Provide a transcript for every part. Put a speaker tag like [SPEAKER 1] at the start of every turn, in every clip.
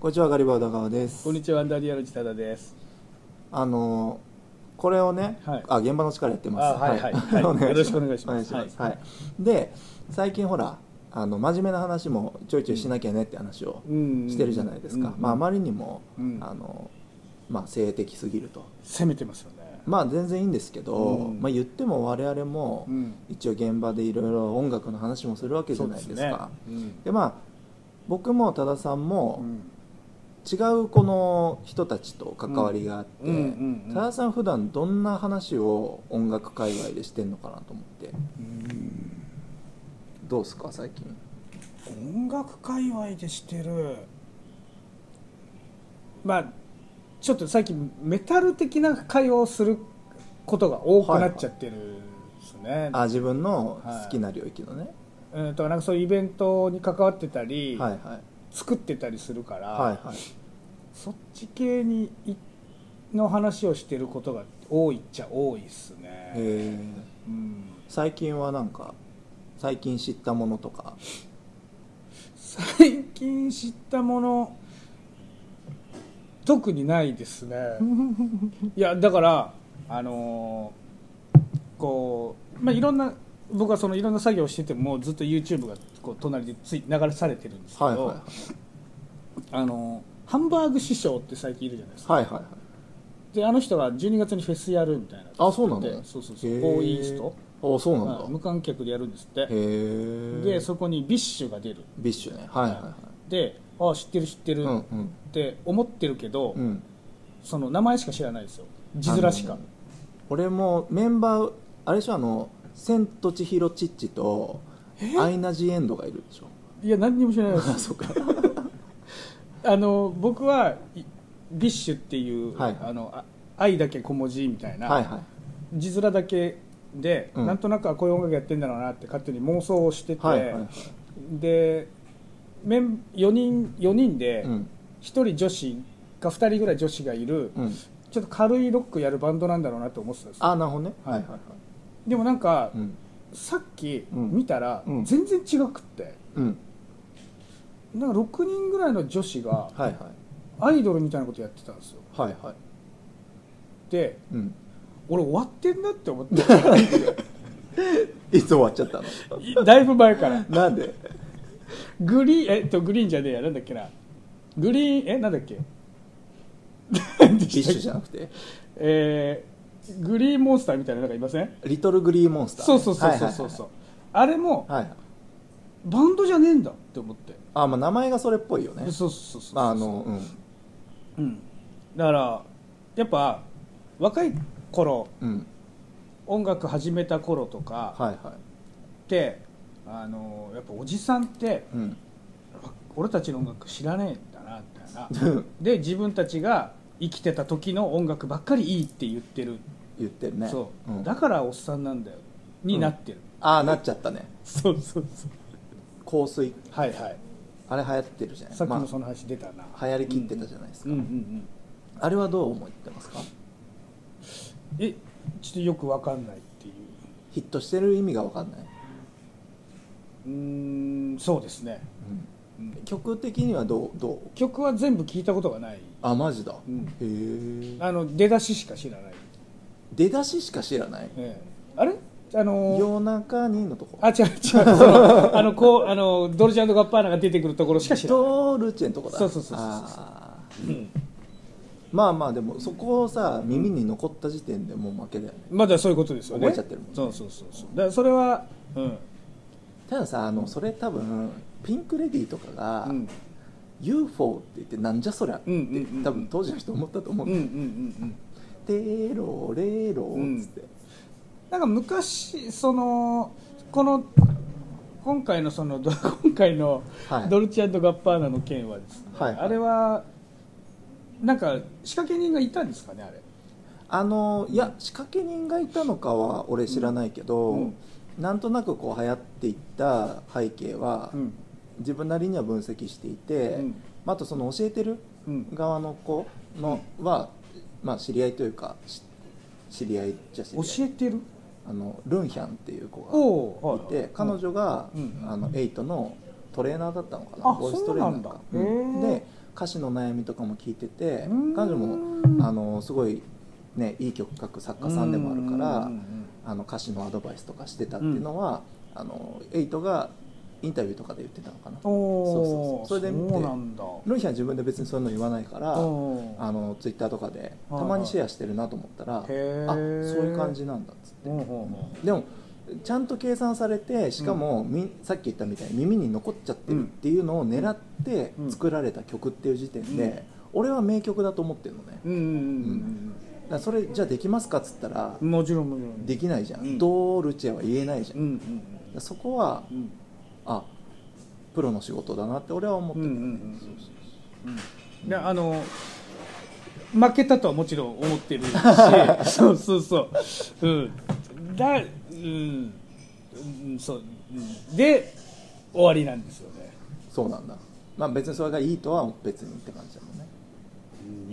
[SPEAKER 1] こんにちはガリバー小川です
[SPEAKER 2] こんにちは、アンダーリアルジタダです。
[SPEAKER 1] あのこれをね、
[SPEAKER 2] はい
[SPEAKER 1] あ現場の力やってます
[SPEAKER 2] あはいはいはい
[SPEAKER 1] お願い
[SPEAKER 2] よろしくお願いします
[SPEAKER 1] お願いはいで最近ほらあの真面目な話もちょいちょいしなきゃねって話を
[SPEAKER 2] うん
[SPEAKER 1] してるじゃないですか、
[SPEAKER 2] うん
[SPEAKER 1] まあ、あまりにも、
[SPEAKER 2] うん
[SPEAKER 1] あのまあ、性的すぎると
[SPEAKER 2] 攻めてますよね。
[SPEAKER 1] まあ全然いいんですけど、
[SPEAKER 2] うん
[SPEAKER 1] まあ、言っても我々も、
[SPEAKER 2] うん
[SPEAKER 1] 一応現場でいろいろ音楽の話もするわけじゃないですか
[SPEAKER 2] そうですね
[SPEAKER 1] でまあ僕も多田さんも、
[SPEAKER 2] うん
[SPEAKER 1] 違うこの人たちと関わりがあって、
[SPEAKER 2] うんうんうんうん
[SPEAKER 1] 多田さん普段どんな話を音楽界隈でしてんのかなと思ってどうですか最近
[SPEAKER 2] 音楽界隈でしてる。まあ、ちょっと最近メタル的な会話をすることが多くなっちゃってるんですね。
[SPEAKER 1] あ自分の好きな領域のね、
[SPEAKER 2] うんとなんかそういうイベントに関わってたり、
[SPEAKER 1] はい、はい
[SPEAKER 2] 作ってたりするから、
[SPEAKER 1] はいはい
[SPEAKER 2] そっち系にいの話をしてることが多いっちゃ多いですね。
[SPEAKER 1] えー
[SPEAKER 2] うん
[SPEAKER 1] 最近はなんか最近知ったものとか
[SPEAKER 2] 最近知ったもの特にないです ねいやだからあのーこう、まあ、いろんな僕はそのいろんな作業をしててもずっと YouTube がこう隣でつい流されてるんですけど、
[SPEAKER 1] はいはい
[SPEAKER 2] あのーハンバーグ師匠って最近いるじゃないですか、
[SPEAKER 1] はいはいはい
[SPEAKER 2] であの人が12月にフェスやるみたいな
[SPEAKER 1] あそうなの
[SPEAKER 2] でそうそうそ
[SPEAKER 1] へ
[SPEAKER 2] う
[SPEAKER 1] ー
[SPEAKER 2] ボーイースト
[SPEAKER 1] あそうなんだ、
[SPEAKER 2] はい無観客でやるんですっ
[SPEAKER 1] へ
[SPEAKER 2] て
[SPEAKER 1] え
[SPEAKER 2] でそこにビッシュが出る
[SPEAKER 1] ビッシュねはいはいはい
[SPEAKER 2] であ知ってる知ってる、
[SPEAKER 1] うん
[SPEAKER 2] って思ってるけど、
[SPEAKER 1] うんうん
[SPEAKER 2] その名前しか知らないですよ字面し
[SPEAKER 1] あ
[SPEAKER 2] か
[SPEAKER 1] の俺もメンバーあれでしょあの「千と千尋チッチ」と「アイナ・ジ・エンド」がいるでしょ
[SPEAKER 2] いや何にも知らないで
[SPEAKER 1] あ
[SPEAKER 2] す
[SPEAKER 1] そうか
[SPEAKER 2] あの僕はいビッシュっていう、
[SPEAKER 1] はい
[SPEAKER 2] あのあ愛だけ小文字みたいな、
[SPEAKER 1] はいはい
[SPEAKER 2] 字面だけで、
[SPEAKER 1] うん
[SPEAKER 2] なんとなくあこういう音楽やってんだろうなって勝手に妄想をしてて、
[SPEAKER 1] はいはいはい
[SPEAKER 2] でメン4人四人で
[SPEAKER 1] う
[SPEAKER 2] 1
[SPEAKER 1] ん
[SPEAKER 2] 人女子か2人ぐらい女子がいる、
[SPEAKER 1] うん
[SPEAKER 2] ちょっと軽いロックやるバンドなんだろうなと思ってたんですよ
[SPEAKER 1] あなるほどね
[SPEAKER 2] は
[SPEAKER 1] はいいはいはい
[SPEAKER 2] でもなんか、
[SPEAKER 1] うん
[SPEAKER 2] さっき
[SPEAKER 1] うん
[SPEAKER 2] 見たら、
[SPEAKER 1] うん
[SPEAKER 2] 全然違くって
[SPEAKER 1] うん
[SPEAKER 2] なんか6人ぐらいの女子が
[SPEAKER 1] はいはい
[SPEAKER 2] アイドルみたいなことやってたんですよ
[SPEAKER 1] はいはい
[SPEAKER 2] で
[SPEAKER 1] うん
[SPEAKER 2] 俺終わってんなって思って
[SPEAKER 1] いつ終わっちゃ ったの
[SPEAKER 2] だいぶ前から
[SPEAKER 1] なんで
[SPEAKER 2] グリーンえっとグリーンじゃねえやなんだっけなグリーンえなんだっけ
[SPEAKER 1] ビッシュじゃなくて
[SPEAKER 2] えーグリーンモンスターみたいななんかいません
[SPEAKER 1] リトルグリーモンスター
[SPEAKER 2] そうそうそうそうそうそう、あれ
[SPEAKER 1] はい
[SPEAKER 2] も、
[SPEAKER 1] はいはいはい
[SPEAKER 2] バンドじゃねえんだって思って
[SPEAKER 1] あまあ名前がそれっぽいよね
[SPEAKER 2] そうそうそうそう
[SPEAKER 1] まああのうん
[SPEAKER 2] うんだからやっぱ若い頃
[SPEAKER 1] うん
[SPEAKER 2] 音楽始めた頃とか、
[SPEAKER 1] はいは
[SPEAKER 2] ってあのやっぱおじさんって
[SPEAKER 1] いうん
[SPEAKER 2] 俺たちの音楽知らねえんだなみたいなで自分たちが生きてた時の音楽ばっかりいいって言ってる、
[SPEAKER 1] 言ってるね
[SPEAKER 2] そう、
[SPEAKER 1] うん
[SPEAKER 2] だからおっさんなんだよになってる、
[SPEAKER 1] ああなっちゃったね
[SPEAKER 2] そうそうそう
[SPEAKER 1] 香水
[SPEAKER 2] はいはい
[SPEAKER 1] あれ流行ってるじゃない
[SPEAKER 2] さっき
[SPEAKER 1] ま
[SPEAKER 2] も
[SPEAKER 1] あ
[SPEAKER 2] その話出たな、
[SPEAKER 1] 流行りきってたじゃないですか、
[SPEAKER 2] うんうんうん
[SPEAKER 1] あれはどう思ってますか
[SPEAKER 2] えちょっとよくわかんないっていう
[SPEAKER 1] ヒットしてる意味が分かんない、
[SPEAKER 2] うーんそうですね、うん
[SPEAKER 1] 曲的にはどうどう
[SPEAKER 2] 曲は全部聞いたことがない
[SPEAKER 1] あマジだ、
[SPEAKER 2] うん
[SPEAKER 1] へえ
[SPEAKER 2] あの出だししか知らない、
[SPEAKER 1] 出だししか知らない
[SPEAKER 2] ええあれ
[SPEAKER 1] 「
[SPEAKER 2] あのー
[SPEAKER 1] 夜中に」のとこ
[SPEAKER 2] あ、違う違う。そ のあの、こう、あの、ドルチェガッパーナが出てくるところしか知らない。
[SPEAKER 1] ドルチェのとこだ
[SPEAKER 2] そうそうそうそうそう
[SPEAKER 1] あー
[SPEAKER 2] うん
[SPEAKER 1] まあまあでもそこをさ耳に残った時点でもう負けだよね
[SPEAKER 2] まだそういうことですよね。
[SPEAKER 1] 覚えちゃってるもんね
[SPEAKER 2] そうそうそうそう。だからそれは、うん。
[SPEAKER 1] たださあのそれ多分ピンク・レディーとかが、
[SPEAKER 2] うん
[SPEAKER 1] UFO って言ってなんじゃそりゃって、
[SPEAKER 2] うんうんうんうん
[SPEAKER 1] 多分当時の人思ったと思う、
[SPEAKER 2] うんうんうんうん。
[SPEAKER 1] テロレロっつって、
[SPEAKER 2] なんか昔、その、この、今回のその、 ど今回の
[SPEAKER 1] はい
[SPEAKER 2] ドルチェガッパーナの件はですね、
[SPEAKER 1] はい
[SPEAKER 2] あれは、なんか仕掛け人がいたんですかね、あれ。
[SPEAKER 1] あのいや仕掛け人がいたのかは俺知らないけど、
[SPEAKER 2] うん
[SPEAKER 1] なんとなくこう流行っていった背景は、
[SPEAKER 2] うん。
[SPEAKER 1] 自分なりには分析していて、
[SPEAKER 2] うん
[SPEAKER 1] まああとその教えてる
[SPEAKER 2] うん。
[SPEAKER 1] 側の子のは、まあ、知り合いというかし知り合いじゃ知り合
[SPEAKER 2] 教
[SPEAKER 1] い
[SPEAKER 2] えてる
[SPEAKER 1] あのルンヒャンっていう子が
[SPEAKER 2] おお
[SPEAKER 1] いて、彼女が、
[SPEAKER 2] うん
[SPEAKER 1] あのエイトのトレーナーだったのかな
[SPEAKER 2] あ
[SPEAKER 1] ボイストレーナー
[SPEAKER 2] そうなんだ
[SPEAKER 1] か
[SPEAKER 2] へー
[SPEAKER 1] で歌詞の悩みとかも聞いてて
[SPEAKER 2] うん
[SPEAKER 1] 彼女もあのすごい、ね、いい曲書く作家さんでもあるからあの歌詞のアドバイスとかしてたっていうのは、あのエイトがインタビューとかで言ってたのかな
[SPEAKER 2] おおー
[SPEAKER 1] そうそうそうそれで見て
[SPEAKER 2] そうなんだ
[SPEAKER 1] ロイヒは自分で別にそういうの言わないから
[SPEAKER 2] おー
[SPEAKER 1] あのツイッターとかでた
[SPEAKER 2] はい
[SPEAKER 1] まにシェアしてるなと思ったらあそう
[SPEAKER 2] へー
[SPEAKER 1] いう感じなんだっつって
[SPEAKER 2] ほうほうほ
[SPEAKER 1] でもちゃんと計算されてしかも、みさっき言ったみたいに耳に残っちゃってるっていうのを狙って
[SPEAKER 2] うん
[SPEAKER 1] 作られた曲っていう時点で、
[SPEAKER 2] うん
[SPEAKER 1] 俺は名曲だと思ってるのね
[SPEAKER 2] ううんうんうん
[SPEAKER 1] だからそれじゃあできますかっつったら
[SPEAKER 2] うんもちろんもちろん
[SPEAKER 1] できないじゃん、
[SPEAKER 2] うん
[SPEAKER 1] ドルチェは言えないじゃん、
[SPEAKER 2] うんうん
[SPEAKER 1] だからそこは
[SPEAKER 2] うんうん
[SPEAKER 1] あプロの仕事だなって俺は思って
[SPEAKER 2] うんう
[SPEAKER 1] る、
[SPEAKER 2] んうんであの負けたとはもちろん思っ てるしそうそうそううんだうん、うん、そう、うん、で終わりなんですよね、
[SPEAKER 1] そうなんだまあ別にそれがいいとは別にって感じだもんね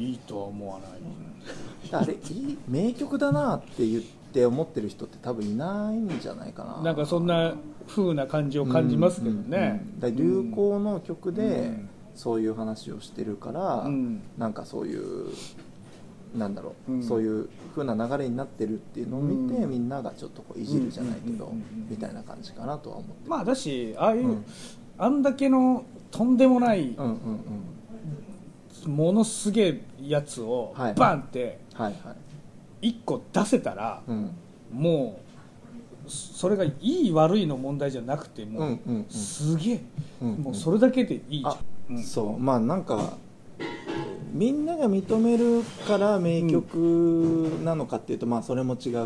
[SPEAKER 2] いいとは思わない
[SPEAKER 1] あ れいい名曲だなって言って思ってる人って多分いないんじゃないかな
[SPEAKER 2] なんかそんな風な感じを感じますけど
[SPEAKER 1] う
[SPEAKER 2] ね、
[SPEAKER 1] んうんだから流行の曲
[SPEAKER 2] う
[SPEAKER 1] で
[SPEAKER 2] ん
[SPEAKER 1] そういう話をしてるから、
[SPEAKER 2] うん
[SPEAKER 1] なんかそういうなんだろう、
[SPEAKER 2] うん
[SPEAKER 1] そういう風な流れになってるっていうのを見て、
[SPEAKER 2] うん
[SPEAKER 1] みんながちょっとこういじるじゃないけど、
[SPEAKER 2] うんうんうんうん
[SPEAKER 1] みたいな感じかなとは思ってる、
[SPEAKER 2] まあだしああいう、
[SPEAKER 1] うん
[SPEAKER 2] あんだけのとんでもない
[SPEAKER 1] うんうんうん
[SPEAKER 2] ものすげえやつを
[SPEAKER 1] はい
[SPEAKER 2] バンって
[SPEAKER 1] はいはい、
[SPEAKER 2] 1個出せたら
[SPEAKER 1] うん、
[SPEAKER 2] もうそれがいい悪いの問題じゃなくて
[SPEAKER 1] うんうん
[SPEAKER 2] も
[SPEAKER 1] うん
[SPEAKER 2] うすげえ
[SPEAKER 1] うんうん
[SPEAKER 2] もうそれだけでいいじゃ
[SPEAKER 1] あ
[SPEAKER 2] ん、うん
[SPEAKER 1] そうまあなんかみんなが認めるから名曲なのかっていうと、まあそれも違うじゃ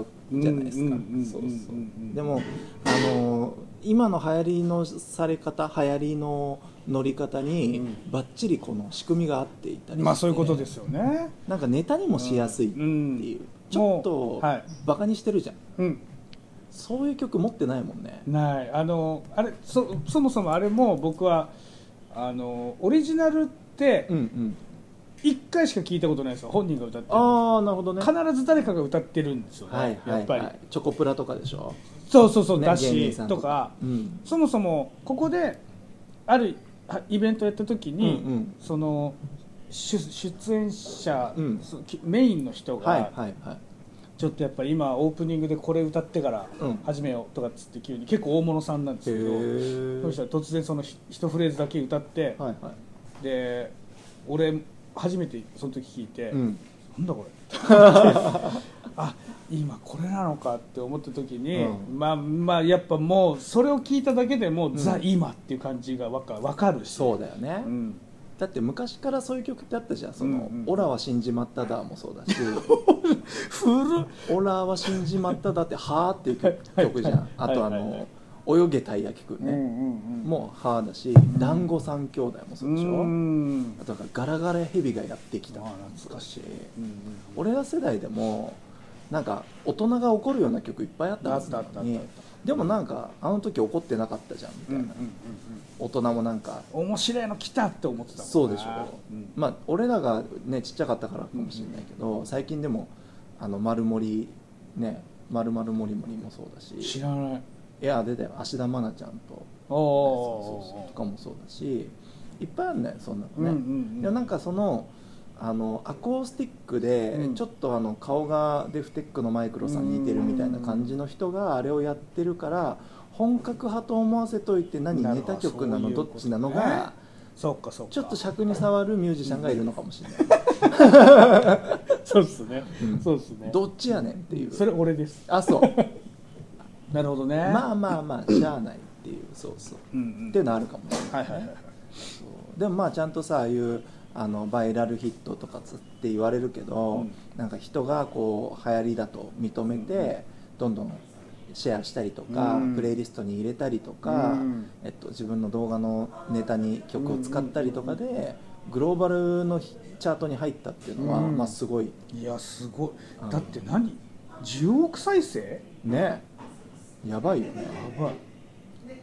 [SPEAKER 1] ないですか、
[SPEAKER 2] うんうんうん
[SPEAKER 1] そう
[SPEAKER 2] うん
[SPEAKER 1] そう
[SPEAKER 2] うんうん
[SPEAKER 1] でもあの今の流行りのされ方流行りの乗り方に
[SPEAKER 2] うん
[SPEAKER 1] バッチリこの仕組みが合っていたりして
[SPEAKER 2] まあそういうことですよね
[SPEAKER 1] なんかネタにもしやすいっていう、
[SPEAKER 2] うん
[SPEAKER 1] ちょっ
[SPEAKER 2] も
[SPEAKER 1] と
[SPEAKER 2] うはい
[SPEAKER 1] バカにしてるじゃん
[SPEAKER 2] うん
[SPEAKER 1] そういう曲持ってないもんね
[SPEAKER 2] ないあのあれそそもそもあれも僕はあのオリジナルって
[SPEAKER 1] うんうん
[SPEAKER 2] 1回しか聞いたことないですよ本人が歌ってるの
[SPEAKER 1] ああなるほどね
[SPEAKER 2] 必ず誰かが歌ってるんですよね、
[SPEAKER 1] はいはい、
[SPEAKER 2] やっぱり
[SPEAKER 1] はい、チョコプラとかでしょ、
[SPEAKER 2] そうそうそう、だ
[SPEAKER 1] 芸
[SPEAKER 2] し
[SPEAKER 1] 人さん
[SPEAKER 2] とか、
[SPEAKER 1] うん、
[SPEAKER 2] そもそもここであるはイベントやった時に、
[SPEAKER 1] うんうん
[SPEAKER 2] その出出演者、
[SPEAKER 1] うん
[SPEAKER 2] そきメインの人が、
[SPEAKER 1] はいはいはい
[SPEAKER 2] ちょっとやっぱり今オープニングでこれ歌ってから
[SPEAKER 1] うん
[SPEAKER 2] 始めようとかっつって急に結構大物さんなんですけど、
[SPEAKER 1] へえ
[SPEAKER 2] そしたら突然そのひ一フレーズだけ歌って、
[SPEAKER 1] はいはい
[SPEAKER 2] で俺初めてその時聞いて、
[SPEAKER 1] うん
[SPEAKER 2] なんだ これあ今これなのかって思った時に、
[SPEAKER 1] うん
[SPEAKER 2] まあまあやっぱもうそれを聞いただけでもう、
[SPEAKER 1] ん
[SPEAKER 2] ザ・今っていう感じがわかわかるし
[SPEAKER 1] そうだよね、
[SPEAKER 2] うん、
[SPEAKER 1] だって昔からそういう曲ってあったじゃん「その
[SPEAKER 2] うんうん
[SPEAKER 1] オラは死んじまっただ」もそうだ し
[SPEAKER 2] 古っ
[SPEAKER 1] 「オラは死んじまっただ」って「はー」っていう曲
[SPEAKER 2] はい
[SPEAKER 1] 曲じゃんあとあ
[SPEAKER 2] はいはい
[SPEAKER 1] の「泳げたい焼きくん
[SPEAKER 2] うんう
[SPEAKER 1] ね」
[SPEAKER 2] んうん
[SPEAKER 1] もう「はー」だし「団子三兄弟」もそうでし
[SPEAKER 2] う
[SPEAKER 1] ょ
[SPEAKER 2] ん
[SPEAKER 1] あとなんかガラガラヘビがやってきた」
[SPEAKER 2] あー懐か
[SPEAKER 1] しい
[SPEAKER 2] うん
[SPEAKER 1] 俺ら世代でもなんか大人が怒るような曲いっぱいあったはずな
[SPEAKER 2] あったあ
[SPEAKER 1] の
[SPEAKER 2] っ
[SPEAKER 1] に
[SPEAKER 2] たあったあっ
[SPEAKER 1] でもなんかあの時怒ってなかったじゃんみた
[SPEAKER 2] う
[SPEAKER 1] い
[SPEAKER 2] んう
[SPEAKER 1] な、
[SPEAKER 2] んうん
[SPEAKER 1] 大人もなんか
[SPEAKER 2] うん面白いの来たって思ってたもんな
[SPEAKER 1] そうでしょ、
[SPEAKER 2] ん
[SPEAKER 1] まあ俺らがねちっちゃかったからかもしれないけど、最近でもあの丸森ね丸々森森もそうだ
[SPEAKER 2] 知
[SPEAKER 1] し
[SPEAKER 2] らない
[SPEAKER 1] いや出たよ芦田愛菜ちゃんと
[SPEAKER 2] お
[SPEAKER 1] そうそうそうと
[SPEAKER 2] お
[SPEAKER 1] かもそうだしいっぱいあるんだよそんな
[SPEAKER 2] うん
[SPEAKER 1] の
[SPEAKER 2] う
[SPEAKER 1] ね、
[SPEAKER 2] ん
[SPEAKER 1] いやなんかそのあのアコースティックで、
[SPEAKER 2] うん
[SPEAKER 1] ちょっとあの顔がデフテックのマイクロさんに似てるみたいな感じの人があれをやってるから本格派と思わせといて何
[SPEAKER 2] なる
[SPEAKER 1] ネ
[SPEAKER 2] ほど
[SPEAKER 1] タ曲なの
[SPEAKER 2] そういうこ
[SPEAKER 1] ど
[SPEAKER 2] と
[SPEAKER 1] っちなの
[SPEAKER 2] ね
[SPEAKER 1] が
[SPEAKER 2] そっかそっか
[SPEAKER 1] ちょっと尺に触るミュージシャンがいるのかもしれない
[SPEAKER 2] そうっすね、
[SPEAKER 1] うん
[SPEAKER 2] そうっすね
[SPEAKER 1] どっちやねんっていう
[SPEAKER 2] それ俺です
[SPEAKER 1] あ そう
[SPEAKER 2] なるほどね
[SPEAKER 1] まあまあまあしゃあないっていうそうそう
[SPEAKER 2] う
[SPEAKER 1] っ
[SPEAKER 2] んうん
[SPEAKER 1] ていうのあるかもしれない
[SPEAKER 2] はいはいはいはい
[SPEAKER 1] そうでもまあちゃんとさああいうあのバイラルヒットとかつって言われるけど、
[SPEAKER 2] うん
[SPEAKER 1] なんか人がこう流行りだと認めて、どんどんシェアしたりとか、
[SPEAKER 2] うん
[SPEAKER 1] プレイリストに入れたりとか、
[SPEAKER 2] うん
[SPEAKER 1] えっと、自分の動画のネタに曲を使ったりとかで、グローバルのチャートに入ったっていうのは、
[SPEAKER 2] うん
[SPEAKER 1] まあすごい
[SPEAKER 2] いやすごい
[SPEAKER 1] あの
[SPEAKER 2] だって何10億再生
[SPEAKER 1] ねやばいよね
[SPEAKER 2] やばい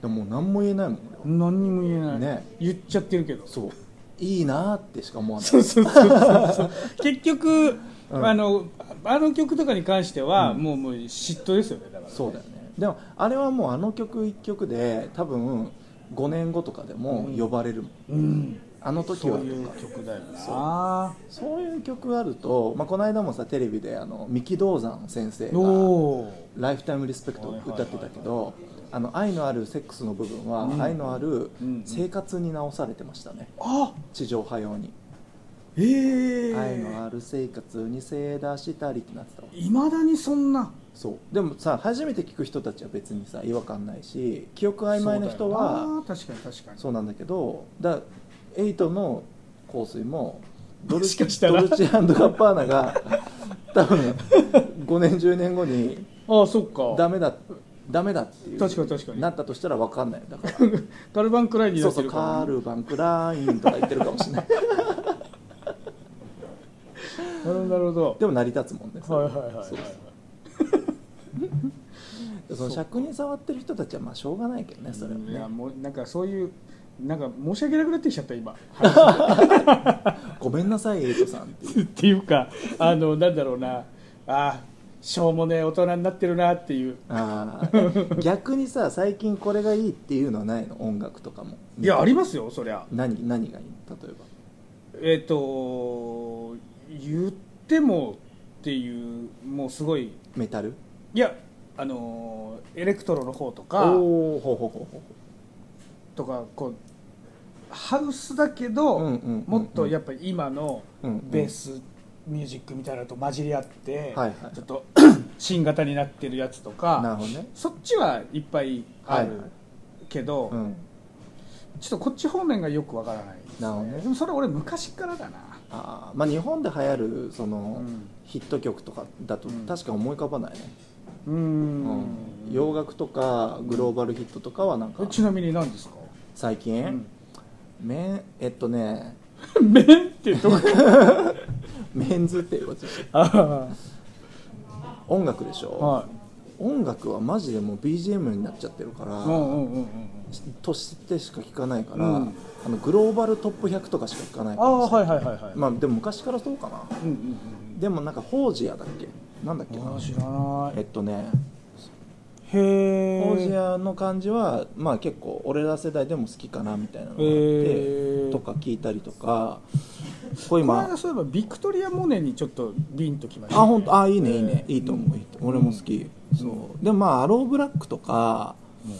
[SPEAKER 1] でももう何も言えないもん俺は
[SPEAKER 2] 何にも言えない、
[SPEAKER 1] ね
[SPEAKER 2] 言っちゃってるけど
[SPEAKER 1] そういいなーってしか思わない
[SPEAKER 2] そうそうそうそうそう 結局、
[SPEAKER 1] うん
[SPEAKER 2] あのあの曲とかに関しては、もうもう嫉妬ですよねだから
[SPEAKER 1] そうだよねでもあれはもうあの曲1曲で多分5年後とかでも呼ばれるもん、
[SPEAKER 2] うん
[SPEAKER 1] あの時は
[SPEAKER 2] そういう曲だよな
[SPEAKER 1] そういう曲あると、まあ、この間もさテレビであの三木道山先生
[SPEAKER 2] お
[SPEAKER 1] が
[SPEAKER 2] お
[SPEAKER 1] 「ライフタイムリスペクト」歌ってたけどあの愛のあるセックスの部分は、
[SPEAKER 2] うん
[SPEAKER 1] 愛のある
[SPEAKER 2] うん
[SPEAKER 1] 生活に直されてましたね、
[SPEAKER 2] あ
[SPEAKER 1] 地上波用に、
[SPEAKER 2] ええ
[SPEAKER 1] 愛のある生活にせいだしたりってなってたわ
[SPEAKER 2] いまだにそんな
[SPEAKER 1] そうでもさ初めて聞く人たちは別にさ違和感ないし記憶曖昧な人
[SPEAKER 2] そうだ
[SPEAKER 1] は
[SPEAKER 2] よな確かに確かに
[SPEAKER 1] そうなんだけどだエイトの香水もドル
[SPEAKER 2] もしかしたら
[SPEAKER 1] ドルチェガッパーナ が多分5年10年後に
[SPEAKER 2] ああそっか
[SPEAKER 1] ダメだダメだっていう
[SPEAKER 2] 確かに確かに
[SPEAKER 1] なったとしたら分かんないよだから
[SPEAKER 2] カルバンクラインに
[SPEAKER 1] そう
[SPEAKER 2] なっ
[SPEAKER 1] そ
[SPEAKER 2] て
[SPEAKER 1] う
[SPEAKER 2] る
[SPEAKER 1] カー
[SPEAKER 2] か
[SPEAKER 1] ル・バンクラインとか言ってるかもしれ ない
[SPEAKER 2] らなるほどなるほど
[SPEAKER 1] でも成り立つもんねそれ
[SPEAKER 2] はいはいはいはい
[SPEAKER 1] そうそうその尺に触ってる人たちはまあしょうがないけどねそれは
[SPEAKER 2] うんいや
[SPEAKER 1] ね
[SPEAKER 2] もうなんかそういうなんか申し訳なくなってきちゃった今
[SPEAKER 1] ごめんなさいエイトさんっていう
[SPEAKER 2] っていうかあのなんだろうなあしょうもねえ大人になってるなっていう
[SPEAKER 1] あ ー逆にさ最近これがいいっていうのはないの音楽とかも
[SPEAKER 2] いやありますよそりゃ
[SPEAKER 1] 何何がいいの例えば
[SPEAKER 2] えっ、と言ってもっていうもうすごい
[SPEAKER 1] メタル
[SPEAKER 2] いやあのエレクトロの方とか
[SPEAKER 1] おーほうほうほうほ
[SPEAKER 2] とかこうハウスだけど、
[SPEAKER 1] うんうんうんうん
[SPEAKER 2] もっとやっぱり今の
[SPEAKER 1] うんうん
[SPEAKER 2] ベースミュージックみたいなのと混じり合って、
[SPEAKER 1] はいはい
[SPEAKER 2] ちょっと 新型になってるやつと
[SPEAKER 1] うなる
[SPEAKER 2] か
[SPEAKER 1] ほどね
[SPEAKER 2] そっちはいっぱいあ
[SPEAKER 1] はい
[SPEAKER 2] る
[SPEAKER 1] はい
[SPEAKER 2] けど、
[SPEAKER 1] うん
[SPEAKER 2] ちょっとこっち方面がよくわからないです
[SPEAKER 1] なるほどね
[SPEAKER 2] でもそれ俺昔からだな
[SPEAKER 1] あーまあ日本で流行るその、
[SPEAKER 2] うん
[SPEAKER 1] ヒット曲とかだと
[SPEAKER 2] うん
[SPEAKER 1] 確か思い浮かばないね、
[SPEAKER 2] うー
[SPEAKER 1] うん
[SPEAKER 2] ん
[SPEAKER 1] 洋楽とかグローバルヒットとかはなんか
[SPEAKER 2] えちなみに何ですか、
[SPEAKER 1] 最近、
[SPEAKER 2] うん、
[SPEAKER 1] メンえっとね
[SPEAKER 2] 麺ってどこ
[SPEAKER 1] メンズって言われてる
[SPEAKER 2] あ
[SPEAKER 1] 音楽でしょ、
[SPEAKER 2] あはい
[SPEAKER 1] 音楽はマジでもう BGM になっちゃってるから、
[SPEAKER 2] うんうんうんうん
[SPEAKER 1] としてしか聞かないから、
[SPEAKER 2] うん
[SPEAKER 1] あのグローバルトップ100とかしか聞かない
[SPEAKER 2] あ
[SPEAKER 1] から
[SPEAKER 2] あはいはいはいはい、
[SPEAKER 1] まあでも昔からそうかな
[SPEAKER 2] うんうん
[SPEAKER 1] でもなんかホージアだっけなんだっけ
[SPEAKER 2] うん
[SPEAKER 1] な
[SPEAKER 2] ああ知らな
[SPEAKER 1] えっとね
[SPEAKER 2] いへえ
[SPEAKER 1] ホージアの感じはまあ結構俺ら世代でも好きかなみたいなのがあっ
[SPEAKER 2] へ
[SPEAKER 1] て
[SPEAKER 2] ー
[SPEAKER 1] とか聞いたりとかこれ
[SPEAKER 2] この
[SPEAKER 1] 今
[SPEAKER 2] 間そういえばビクトリア・モネにちょっとビンときました
[SPEAKER 1] あ本当あいいねいいね
[SPEAKER 2] えー
[SPEAKER 1] いいと思ういいと思う俺も好きそうでもまあアローブラックとか
[SPEAKER 2] も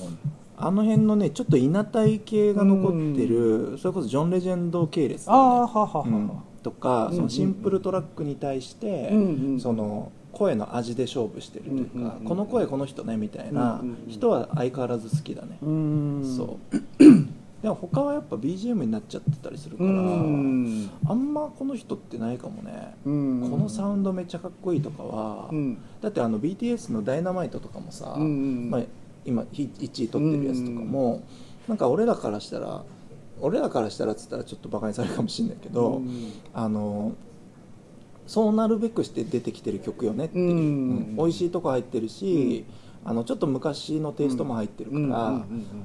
[SPEAKER 1] あの辺のねちょっと稲体系が残ってるそれこそジョン・レジェンド系列
[SPEAKER 2] あ
[SPEAKER 1] だよね
[SPEAKER 2] あはははは、
[SPEAKER 1] うんとか
[SPEAKER 2] うん
[SPEAKER 1] そのシンプルトラックに対して
[SPEAKER 2] うんうん
[SPEAKER 1] その声の味で勝負してるという
[SPEAKER 2] うん
[SPEAKER 1] か
[SPEAKER 2] うんうん
[SPEAKER 1] この声この人ねみたいな
[SPEAKER 2] うんうんうん
[SPEAKER 1] 人は相変わらず好きだね
[SPEAKER 2] うーん
[SPEAKER 1] そう でも他はやっぱ BGM になっちゃってたりするか
[SPEAKER 2] う
[SPEAKER 1] ら
[SPEAKER 2] ん
[SPEAKER 1] あんまこの人ってないかもね
[SPEAKER 2] う
[SPEAKER 1] こ
[SPEAKER 2] ん
[SPEAKER 1] のサウンドめっちゃかっこいいとかは
[SPEAKER 2] うん
[SPEAKER 1] だってあの BTS の「ダイナマイトとかもさ
[SPEAKER 2] うんうん
[SPEAKER 1] まあ今1位取ってるやつとかもなんか俺らからしたら俺らからしたらっつったらちょっとバカにされるかもしれないけど、
[SPEAKER 2] うん
[SPEAKER 1] あのそうなるべくして出てきてる曲よねっていう、
[SPEAKER 2] うん
[SPEAKER 1] 美味しいとこ入ってるし、あのちょっと昔のテイストも入ってるから、
[SPEAKER 2] うんうん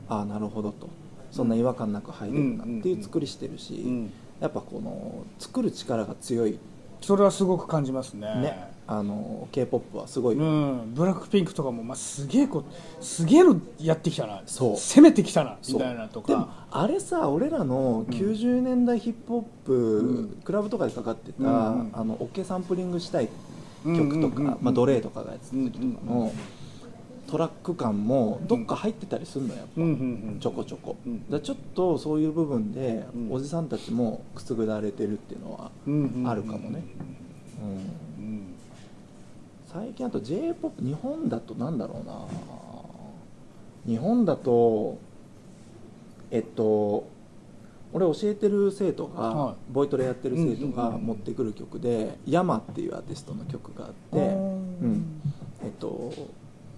[SPEAKER 1] ああなるほどとそんな違和感なく入れるなっていう作りしてるし、
[SPEAKER 2] うんうん
[SPEAKER 1] やっぱこの作る力が強い
[SPEAKER 2] それはすごく感じますね
[SPEAKER 1] ね、あの k p o p はすごい、
[SPEAKER 2] うん、ブラックピンクとかも、まあ、すげえこすげえのやってきたな
[SPEAKER 1] そう
[SPEAKER 2] 攻めてきたな
[SPEAKER 1] そう
[SPEAKER 2] みたいなと
[SPEAKER 1] でも
[SPEAKER 2] か
[SPEAKER 1] あれさ俺らの90年代ヒップホップ、クラブとかでかかってた、
[SPEAKER 2] うんうん
[SPEAKER 1] あのオケサンプリングしたい曲とか、
[SPEAKER 2] うんうんうんうん
[SPEAKER 1] まあ、奴隷とかがやってた時とか
[SPEAKER 2] うん
[SPEAKER 1] の、トラック感もどっか入ってたりするのやっぱ、
[SPEAKER 2] うんうんうん
[SPEAKER 1] ちょこちょこ、
[SPEAKER 2] うん
[SPEAKER 1] だからちょっとそういう部分で、
[SPEAKER 2] うん
[SPEAKER 1] おじさんたちもくすぐられてるっていうのは
[SPEAKER 2] うんうんうん
[SPEAKER 1] あるかもね、うん
[SPEAKER 2] うん
[SPEAKER 1] 最近あと j p o p 日本だとなんだろうな日本だとえっと俺教えてる生徒が、
[SPEAKER 2] は
[SPEAKER 1] ボイトレやってる生徒
[SPEAKER 2] うんうん
[SPEAKER 1] が
[SPEAKER 2] うんうん
[SPEAKER 1] 持ってくる曲で「ヤマ」っていうアーティストの曲があって、
[SPEAKER 2] あー
[SPEAKER 1] うんえっと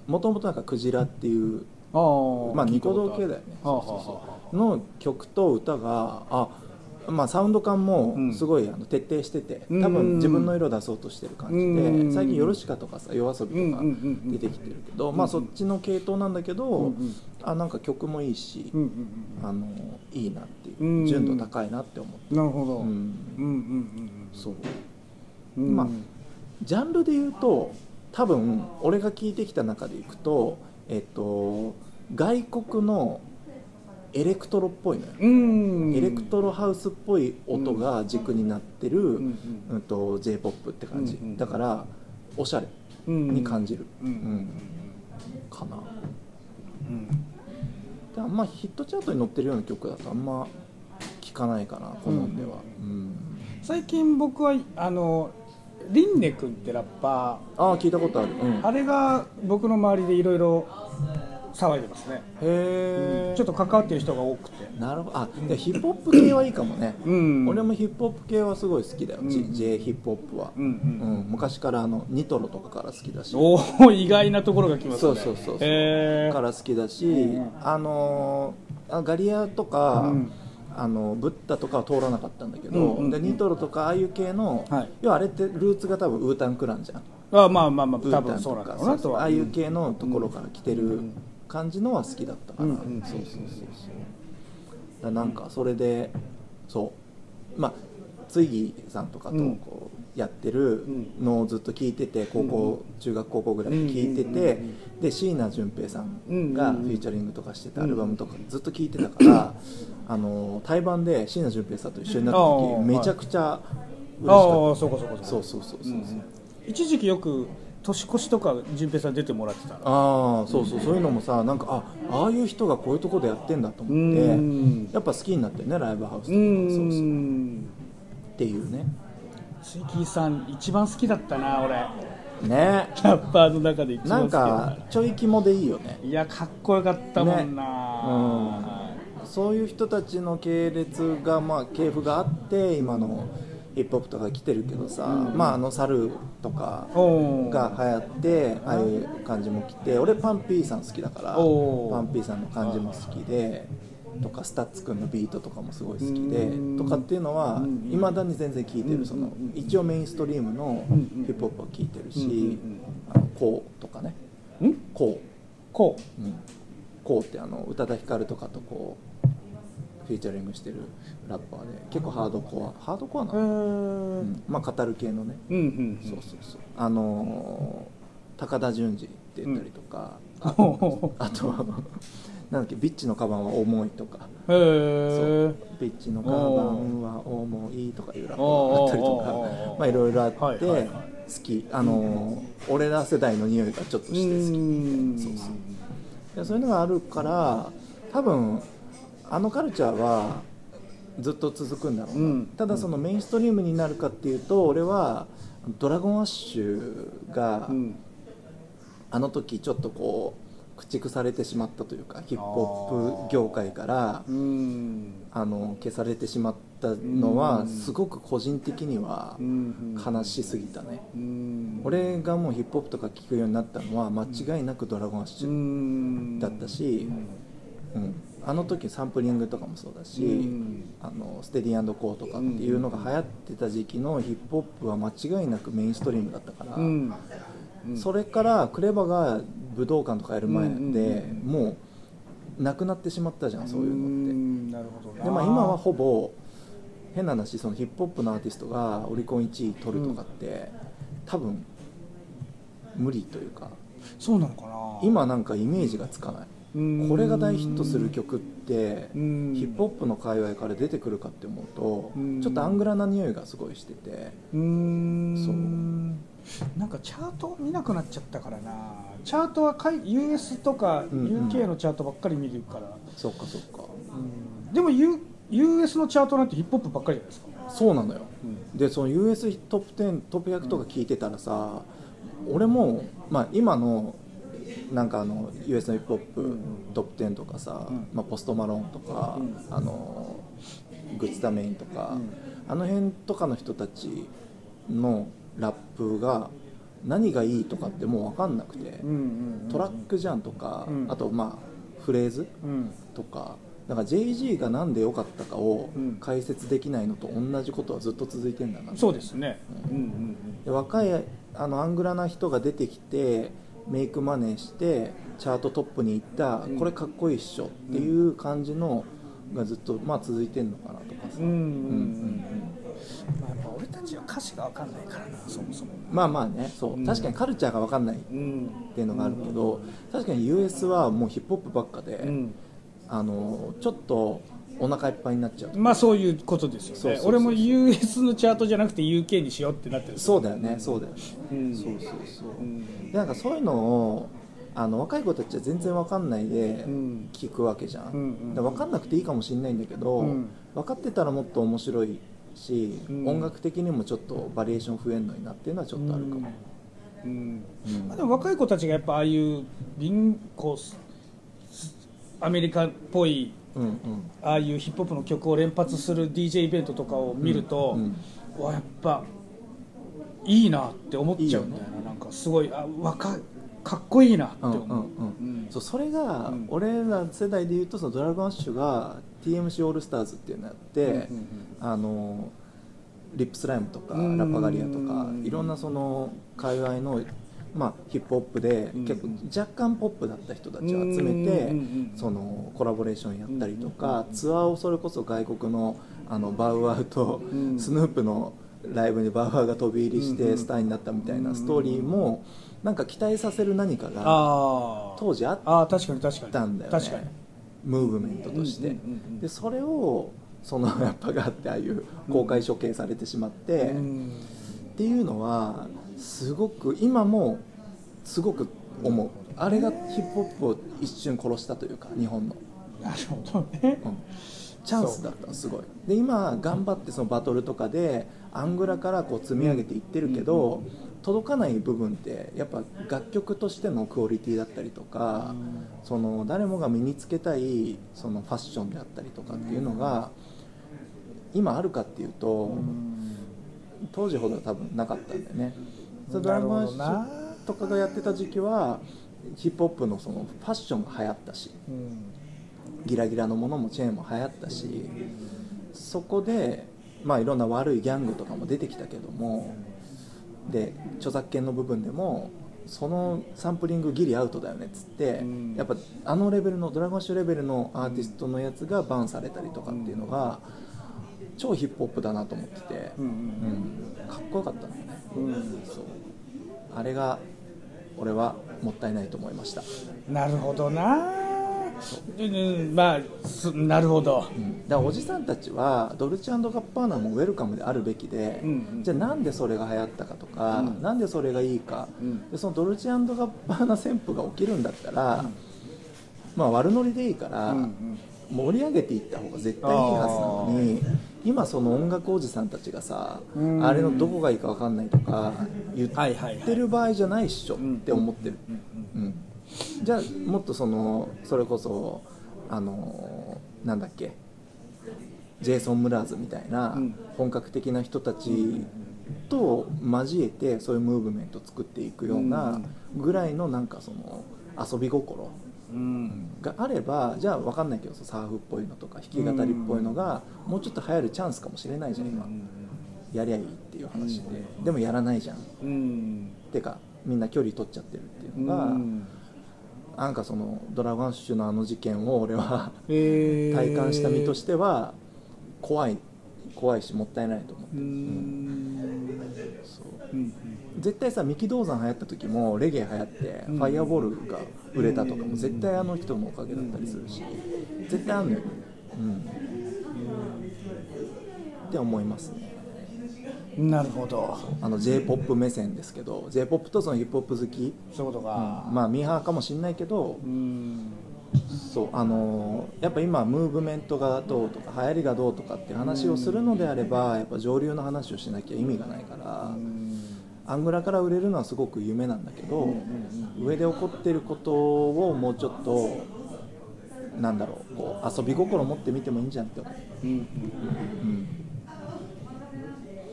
[SPEAKER 1] もともとなんか「クジラ」っていう
[SPEAKER 2] あー
[SPEAKER 1] まあ
[SPEAKER 2] 聞い
[SPEAKER 1] ニ
[SPEAKER 2] たこ
[SPEAKER 1] コ
[SPEAKER 2] と
[SPEAKER 1] 動系だよね
[SPEAKER 2] あるはあはあ
[SPEAKER 1] そうそう
[SPEAKER 2] はあはあ
[SPEAKER 1] そうの曲と歌があまあサウンド感もすごいあの徹底してて
[SPEAKER 2] うん
[SPEAKER 1] 多分自分の色出そうとしてる感
[SPEAKER 2] う
[SPEAKER 1] じ
[SPEAKER 2] ん
[SPEAKER 1] で最近「ヨルシカ」とかさ「夜遊び」とか
[SPEAKER 2] うんうんうんうん
[SPEAKER 1] 出てきてるけどまあそっちの系統なんだけ
[SPEAKER 2] うんう
[SPEAKER 1] ど
[SPEAKER 2] ん
[SPEAKER 1] あなんか曲もいいし
[SPEAKER 2] うんうん
[SPEAKER 1] あのいいなって
[SPEAKER 2] う
[SPEAKER 1] い
[SPEAKER 2] ん
[SPEAKER 1] う純度高いなって思って
[SPEAKER 2] うんなるほど、
[SPEAKER 1] う
[SPEAKER 2] うん、う
[SPEAKER 1] ん
[SPEAKER 2] んうんうん
[SPEAKER 1] そう
[SPEAKER 2] うん
[SPEAKER 1] まあジャンルで言うと多分俺が聞いてきた中でいくとえっと外国のエレクトロっぽいのよ、
[SPEAKER 2] うん
[SPEAKER 1] エレクトロハウスっぽい音が軸になってる、
[SPEAKER 2] う
[SPEAKER 1] うんんと j p o p って感じ、
[SPEAKER 2] うんうん
[SPEAKER 1] だからおしゃれ
[SPEAKER 2] うん
[SPEAKER 1] に感じる、
[SPEAKER 2] うん
[SPEAKER 1] かな
[SPEAKER 2] うん
[SPEAKER 1] であんまヒットチャートに載ってるような曲だとあんま聞かないかな好んでは、うん
[SPEAKER 2] 最近僕はあのリンネ君ってラッパ
[SPEAKER 1] ああ聞いたことある、うん、
[SPEAKER 2] ーあれが僕の周りでいろいろ騒いでますね
[SPEAKER 1] へえ
[SPEAKER 2] ちょっと関わってる人が多くて
[SPEAKER 1] なるほどあでヒップホップ系はいいかもね、
[SPEAKER 2] うん
[SPEAKER 1] 俺もヒップホップ系はすごい好きだよ、
[SPEAKER 2] うん
[SPEAKER 1] J- J ヒップホップは、
[SPEAKER 2] うんうん
[SPEAKER 1] うん昔からあのニトロとかから好きだし
[SPEAKER 2] おお意外なところが来ます
[SPEAKER 1] そ
[SPEAKER 2] ね
[SPEAKER 1] うそうそうそう
[SPEAKER 2] へー
[SPEAKER 1] から好きだし、
[SPEAKER 2] うん
[SPEAKER 1] あのーあガリアとか、
[SPEAKER 2] うん
[SPEAKER 1] あのブッダとかは通らなかったんだけど、
[SPEAKER 2] うんうんうん
[SPEAKER 1] でニトロとかああいう系の、
[SPEAKER 2] はい
[SPEAKER 1] 要はあれってルーツが多分ウータンクランじゃん
[SPEAKER 2] あまあまあまあ
[SPEAKER 1] ブ
[SPEAKER 2] 多
[SPEAKER 1] ータ
[SPEAKER 2] 分
[SPEAKER 1] ン
[SPEAKER 2] そ
[SPEAKER 1] と
[SPEAKER 2] うなん
[SPEAKER 1] か
[SPEAKER 2] だろう
[SPEAKER 1] そう
[SPEAKER 2] な
[SPEAKER 1] そ
[SPEAKER 2] と
[SPEAKER 1] う
[SPEAKER 2] は
[SPEAKER 1] ああいう系のところから来てる感じのは好きだったかな、
[SPEAKER 2] うんうん
[SPEAKER 1] そうそうそうそうだからなんかそれでそうまあツイギーさんとかと
[SPEAKER 2] うん
[SPEAKER 1] こうやってる
[SPEAKER 2] ん
[SPEAKER 1] のをずっと聞いてて高校、中学高校ぐらいで聞いて
[SPEAKER 2] うんうんうん
[SPEAKER 1] てで椎名淳平さん
[SPEAKER 2] う
[SPEAKER 1] が
[SPEAKER 2] ん
[SPEAKER 1] フ
[SPEAKER 2] うんうん
[SPEAKER 1] ィーチャリングとかしてたアルバムとかずっと聞いてたから、あの対バンで椎名淳平さんと一緒になった
[SPEAKER 2] ああ
[SPEAKER 1] 時めちゃくちゃ嬉し
[SPEAKER 2] ああ
[SPEAKER 1] かっ
[SPEAKER 2] そうかそうか
[SPEAKER 1] た
[SPEAKER 2] そ
[SPEAKER 1] そうう
[SPEAKER 2] か
[SPEAKER 1] そうそうそうそう、
[SPEAKER 2] 一時期よく年越しとか淳平さん出てもらってた
[SPEAKER 1] ああそうそうそういうのもさなんかあああいう人がこういうとこでやってんだと思って
[SPEAKER 2] うん
[SPEAKER 1] やっぱ好きになってねライブハウスと
[SPEAKER 2] う
[SPEAKER 1] かもそうそうっ
[SPEAKER 2] ん
[SPEAKER 1] ていうね
[SPEAKER 2] 関さん一番好きだったな俺
[SPEAKER 1] ね
[SPEAKER 2] ラッパーの中で一
[SPEAKER 1] な
[SPEAKER 2] 番好
[SPEAKER 1] ん
[SPEAKER 2] きだった
[SPEAKER 1] かちょい肝でいいよね
[SPEAKER 2] いやかっこよかったもんな、
[SPEAKER 1] そういう人たちの系列がまあ系譜があって今のヒップホップとか来てるけどさ、まああの猿とか
[SPEAKER 2] おー
[SPEAKER 1] が流行ってああいう感じも来て俺パンピーさん好きだからパ
[SPEAKER 2] おー
[SPEAKER 1] ンピーさんの感じも好きでとかスタッツくんのビートとかもすごい好きで
[SPEAKER 2] うん
[SPEAKER 1] とかっていうのは
[SPEAKER 2] うん
[SPEAKER 1] いまだに全然聴いてるその一応メインストリームの
[SPEAKER 2] うんうん
[SPEAKER 1] ヒップホップは聴いてる
[SPEAKER 2] うんうん
[SPEAKER 1] しあのこうとかね
[SPEAKER 2] ん
[SPEAKER 1] こ
[SPEAKER 2] こ
[SPEAKER 1] う、うん、こうってあの宇多田ヒカルとかとこうフィーチャリングしてるラッパーで結構ハードコアハードコアな
[SPEAKER 2] ううー
[SPEAKER 1] の、う
[SPEAKER 2] んうん
[SPEAKER 1] んまあ語る系のね
[SPEAKER 2] うんうん
[SPEAKER 1] そうそうそうあのー高田純次って言ったりとか、あ
[SPEAKER 2] ほうほうほ
[SPEAKER 1] あとなんだっけビッチのカバンは重いとか
[SPEAKER 2] うへえ
[SPEAKER 1] ビッチのカバンは重いとかいうラップがあったりと
[SPEAKER 2] おーおーおー
[SPEAKER 1] か
[SPEAKER 2] おー
[SPEAKER 1] まあいろいろあって
[SPEAKER 2] はいはいはい
[SPEAKER 1] 好きあのー俺ら世代の匂いがちょっとして好きみたいなそうそういやそういうのがあるから多分あのカルチャーはずっと続くんだろうな、
[SPEAKER 2] うん
[SPEAKER 1] ただそのメインストリームになるかっていうと俺は「ドラゴンアッシュ」が
[SPEAKER 2] うん
[SPEAKER 1] あの時ちょっとこう駆逐されてしまったというかヒップホップ業界から
[SPEAKER 2] うん
[SPEAKER 1] あの消されてしまったのは
[SPEAKER 2] うん
[SPEAKER 1] すごく個人的には
[SPEAKER 2] うん
[SPEAKER 1] 悲しすぎたね
[SPEAKER 2] うん
[SPEAKER 1] 俺がもうヒップホップとか聴くようになったのは間違いなく「ドラゴンアッシ
[SPEAKER 2] う
[SPEAKER 1] ュ」
[SPEAKER 2] ん
[SPEAKER 1] だったし、うん、あの時サンプリングとかもそうだし、
[SPEAKER 2] うん
[SPEAKER 1] あのステディーコーとかっていうのが流行ってた時期のヒップホップは間違いなくメインストリームだったから、
[SPEAKER 2] うん
[SPEAKER 1] それからクレバが武道館とかやる前で、
[SPEAKER 2] うんうんうん
[SPEAKER 1] もうなくなってしまったじゃんそういうのって。
[SPEAKER 2] んなるほどな
[SPEAKER 1] でまあ、今はほぼ変な話そのヒップホップのアーティストがオリコン1位取るとかって、多分無理というか
[SPEAKER 2] そうなのかな
[SPEAKER 1] 今なんかイメージがつかない。
[SPEAKER 2] うん
[SPEAKER 1] これが大ヒットする曲ってヒ
[SPEAKER 2] うん
[SPEAKER 1] ップホップの界隈から出てくるかって思うと
[SPEAKER 2] うん
[SPEAKER 1] ちょっとアングラな匂いがすごいしてて
[SPEAKER 2] うーんなんかチャートを見なくなっちゃったからなチャートは海 US とか
[SPEAKER 1] うんうん
[SPEAKER 2] UK のチャートばっかり見るから、
[SPEAKER 1] そっかそっか
[SPEAKER 2] でも、U、US のチャートなんてヒップホップばっかりじゃないですか、
[SPEAKER 1] そうなのよでその US トップ10トップ100とか聞いてたらさ俺もまあ今のなんかあの US のヒップホップトップ10とかさ
[SPEAKER 2] うん
[SPEAKER 1] まあポストマローンとか
[SPEAKER 2] うん
[SPEAKER 1] あのグッズダメインとか
[SPEAKER 2] うん
[SPEAKER 1] あの辺とかの人たちのラップが何がいいとかってもう分かんなくて
[SPEAKER 2] うんうんうん
[SPEAKER 1] トラックじゃんとか、
[SPEAKER 2] うん
[SPEAKER 1] あとまあフレーズ
[SPEAKER 2] うん
[SPEAKER 1] とかだから JG が何で良かったかを
[SPEAKER 2] うん
[SPEAKER 1] 解説できないのと同じことはずっと続いてんだな
[SPEAKER 2] そうですね、うん
[SPEAKER 1] で若いあのアングラな人が出てきてメイクマネーしてチャートトップに行った、
[SPEAKER 2] ん
[SPEAKER 1] これかっこいいっしょっていう感じのがずっとまあ続いてんのかなとかさ、
[SPEAKER 2] うんうんうんうん
[SPEAKER 1] うんう
[SPEAKER 2] う
[SPEAKER 1] んう
[SPEAKER 2] ん
[SPEAKER 1] ん
[SPEAKER 2] まあ、やっぱ俺たちは歌詞が分かんないからなそもそも、
[SPEAKER 1] まあまあねそう、
[SPEAKER 2] うん
[SPEAKER 1] 確かにカルチャーが分かんないっ
[SPEAKER 2] うん
[SPEAKER 1] ていうのがあるけど、確かに US はもうヒップホップばっかで、
[SPEAKER 2] うん
[SPEAKER 1] あのちょっとお腹いっぱいになっちゃう
[SPEAKER 2] まあそういうことですよね
[SPEAKER 1] そうそうそう
[SPEAKER 2] 俺も US のチャートじゃなくて UK にしようってなってる
[SPEAKER 1] そうだよねそうだよね、
[SPEAKER 2] うん
[SPEAKER 1] そうそうそう、
[SPEAKER 2] ん
[SPEAKER 1] でなんかそういうのをあの若い子たちは全然わかんないで
[SPEAKER 2] うん
[SPEAKER 1] 聞くわけじゃん、
[SPEAKER 2] うんうん
[SPEAKER 1] で分かんなくていいかもしれないんだけど、
[SPEAKER 2] うん
[SPEAKER 1] 分かってたらもっと面白いし、
[SPEAKER 2] うん
[SPEAKER 1] 音楽的にもちょっとバリエーション増えるのになっていうのはちょっとあるかも、
[SPEAKER 2] うん
[SPEAKER 1] うん
[SPEAKER 2] まあ、でも若い子たちがやっぱああいう貧こうすアメリカっぽい
[SPEAKER 1] うんうん
[SPEAKER 2] ああいうヒップホップの曲を連発する DJ イベントとかを見ると、
[SPEAKER 1] うん
[SPEAKER 2] わやっぱいいなって思っちゃうんだよななんかすごいあ若いかっこいいなって
[SPEAKER 1] うん
[SPEAKER 2] 思
[SPEAKER 1] う
[SPEAKER 2] う、
[SPEAKER 1] んうんそうそれが、
[SPEAKER 2] うん
[SPEAKER 1] 俺ら世代でいうとそのドラゴンアッシュが TMC オールスターズっていうのやって、
[SPEAKER 2] うんうんうん
[SPEAKER 1] あのリップスライムとか
[SPEAKER 2] うん
[SPEAKER 1] ラパガリアとか
[SPEAKER 2] うん
[SPEAKER 1] いろんなその界隈の、まあ、ヒップホップで
[SPEAKER 2] うん
[SPEAKER 1] 結構若干ポップだった人たちを集めて、
[SPEAKER 2] うんうんうん
[SPEAKER 1] そのコラボレーションやったりとか、ツアーをそれこそ外国のあのバウアウと
[SPEAKER 2] うん
[SPEAKER 1] スヌープのライブにバウアーが飛び入りし
[SPEAKER 2] うんう
[SPEAKER 1] て
[SPEAKER 2] ん
[SPEAKER 1] スターになったみたいなストーリーもなんか期待させる何かが
[SPEAKER 2] あー
[SPEAKER 1] 当時あっ
[SPEAKER 2] あー確かに確かに
[SPEAKER 1] たんだよね
[SPEAKER 2] 確かに
[SPEAKER 1] ムーブメントとして、
[SPEAKER 2] うんうんうんうん
[SPEAKER 1] でそれをそのやっぱがあってああいう公開処刑されてしまって、
[SPEAKER 2] うん
[SPEAKER 1] っていうのはすごく今もすごく思うあれがヒップホップを一瞬殺したというか日本の、
[SPEAKER 2] なるほどね
[SPEAKER 1] うん、チャンスだったのすごいで今頑張ってそのバトルとかでアングラからこう積み上げていってるけど、届かない部分ってやっぱ楽曲としてのクオリティだったりとか、その誰もが身につけたいそのファッションであったりとかっていうのが、今あるかっていうと、当時ほどは多分なかったんだよねそれド
[SPEAKER 2] な
[SPEAKER 1] ラ
[SPEAKER 2] る
[SPEAKER 1] ム
[SPEAKER 2] ほ
[SPEAKER 1] アッ
[SPEAKER 2] ど
[SPEAKER 1] シ
[SPEAKER 2] な
[SPEAKER 1] ュとかがやってた時期はヒップホップのそのファッションが流行ったし
[SPEAKER 2] うん
[SPEAKER 1] ギラギラのものもチェーンも流行ったしそこで、まあ、いろんな悪いギャングとかも出てきたけどもで著作権の部分でもそのサンプリングギリアウトだよねっつって、
[SPEAKER 2] うん
[SPEAKER 1] やっぱあのレベルのドラゴンアッシュレベルのアーティストのやつがバンされたりとかっていうのが超ヒップホップだなと思ってて、
[SPEAKER 2] うんうん
[SPEAKER 1] うんかっこよかったのよね
[SPEAKER 2] うん
[SPEAKER 1] そうあれが俺はもったいないと思いました、
[SPEAKER 2] なるほどなうんうんまあすなるほど
[SPEAKER 1] うん、だからおじさんたちはドルチェガッパーナもウェルカムであるべきで、
[SPEAKER 2] うんうん
[SPEAKER 1] じゃあなんでそれが流行ったかとか、
[SPEAKER 2] うん
[SPEAKER 1] なんでそれがいいか、
[SPEAKER 2] うん
[SPEAKER 1] でそのドルチェガッパーナ旋風が起きるんだったら、まあ悪ノリでいいから、
[SPEAKER 2] うんうん
[SPEAKER 1] 盛り上げていった方が絶対いいはずなのに今その音楽おじさんたちがさ
[SPEAKER 2] うん
[SPEAKER 1] あれのどこがいいか分かんないとか言っ
[SPEAKER 2] はいはいはい
[SPEAKER 1] てる場合じゃないっしょって思ってる、うん、じゃあもっとそのそれこそあのなんだっけジェイソン・ムラーズみたいな
[SPEAKER 2] うん
[SPEAKER 1] 本格的な人たちと交えてそういうムーブメントを作っていくようなぐらいのなんかその遊び心
[SPEAKER 2] うん
[SPEAKER 1] があればじゃあ分かんないけどサーフっぽいのとか弾き語りっぽいのがもうちょっと流行るチャンスかもしれないじゃん今やりゃいいっていう話ででもやらないじゃん
[SPEAKER 2] うん
[SPEAKER 1] てかみんな距離取っちゃってるっていうのが
[SPEAKER 2] うん
[SPEAKER 1] なんかそのドラゴンアッシュのあの事件を俺は
[SPEAKER 2] えー
[SPEAKER 1] 体感した身としては怖い怖いしもったいないと思って
[SPEAKER 2] う
[SPEAKER 1] る
[SPEAKER 2] ん
[SPEAKER 1] そう
[SPEAKER 2] うん
[SPEAKER 1] 絶対さ三木銅山流行った時もレゲエ流行って
[SPEAKER 2] うん
[SPEAKER 1] ファイアボールが売れたとかも絶対あの人のおかげだったりするし絶対あんのようんって思いますね
[SPEAKER 2] うんなるほど
[SPEAKER 1] あの j p o p 目線ですけど j p o p とそのヒップホップ好き、うん
[SPEAKER 2] そういうことか
[SPEAKER 1] まあミーハーかもしんないけど
[SPEAKER 2] うん
[SPEAKER 1] そうあのーやっぱ今ムーブメントがどうとか流行りがどうとかっていう話をするのであればやっぱ上流の話をしなきゃ意味がないから。アングラから売れるのはすごく夢なんだけど、上で起こってることをもうちょっとなんだろうこう遊び心持ってみてもいいんじゃんって思う、
[SPEAKER 2] うん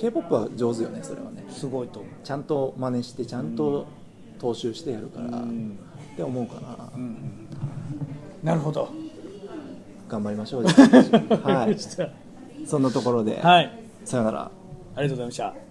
[SPEAKER 1] k p o p は上手よねそれはね
[SPEAKER 2] すごいと思う
[SPEAKER 1] ちゃんと真似してちゃんと踏襲してやるから、って思うかな、
[SPEAKER 2] なるほど
[SPEAKER 1] 頑張りましょう、じゃあは
[SPEAKER 2] わかりま
[SPEAKER 1] い、
[SPEAKER 2] した
[SPEAKER 1] そんなところで、
[SPEAKER 2] はい
[SPEAKER 1] さよなら
[SPEAKER 2] ありがとうございました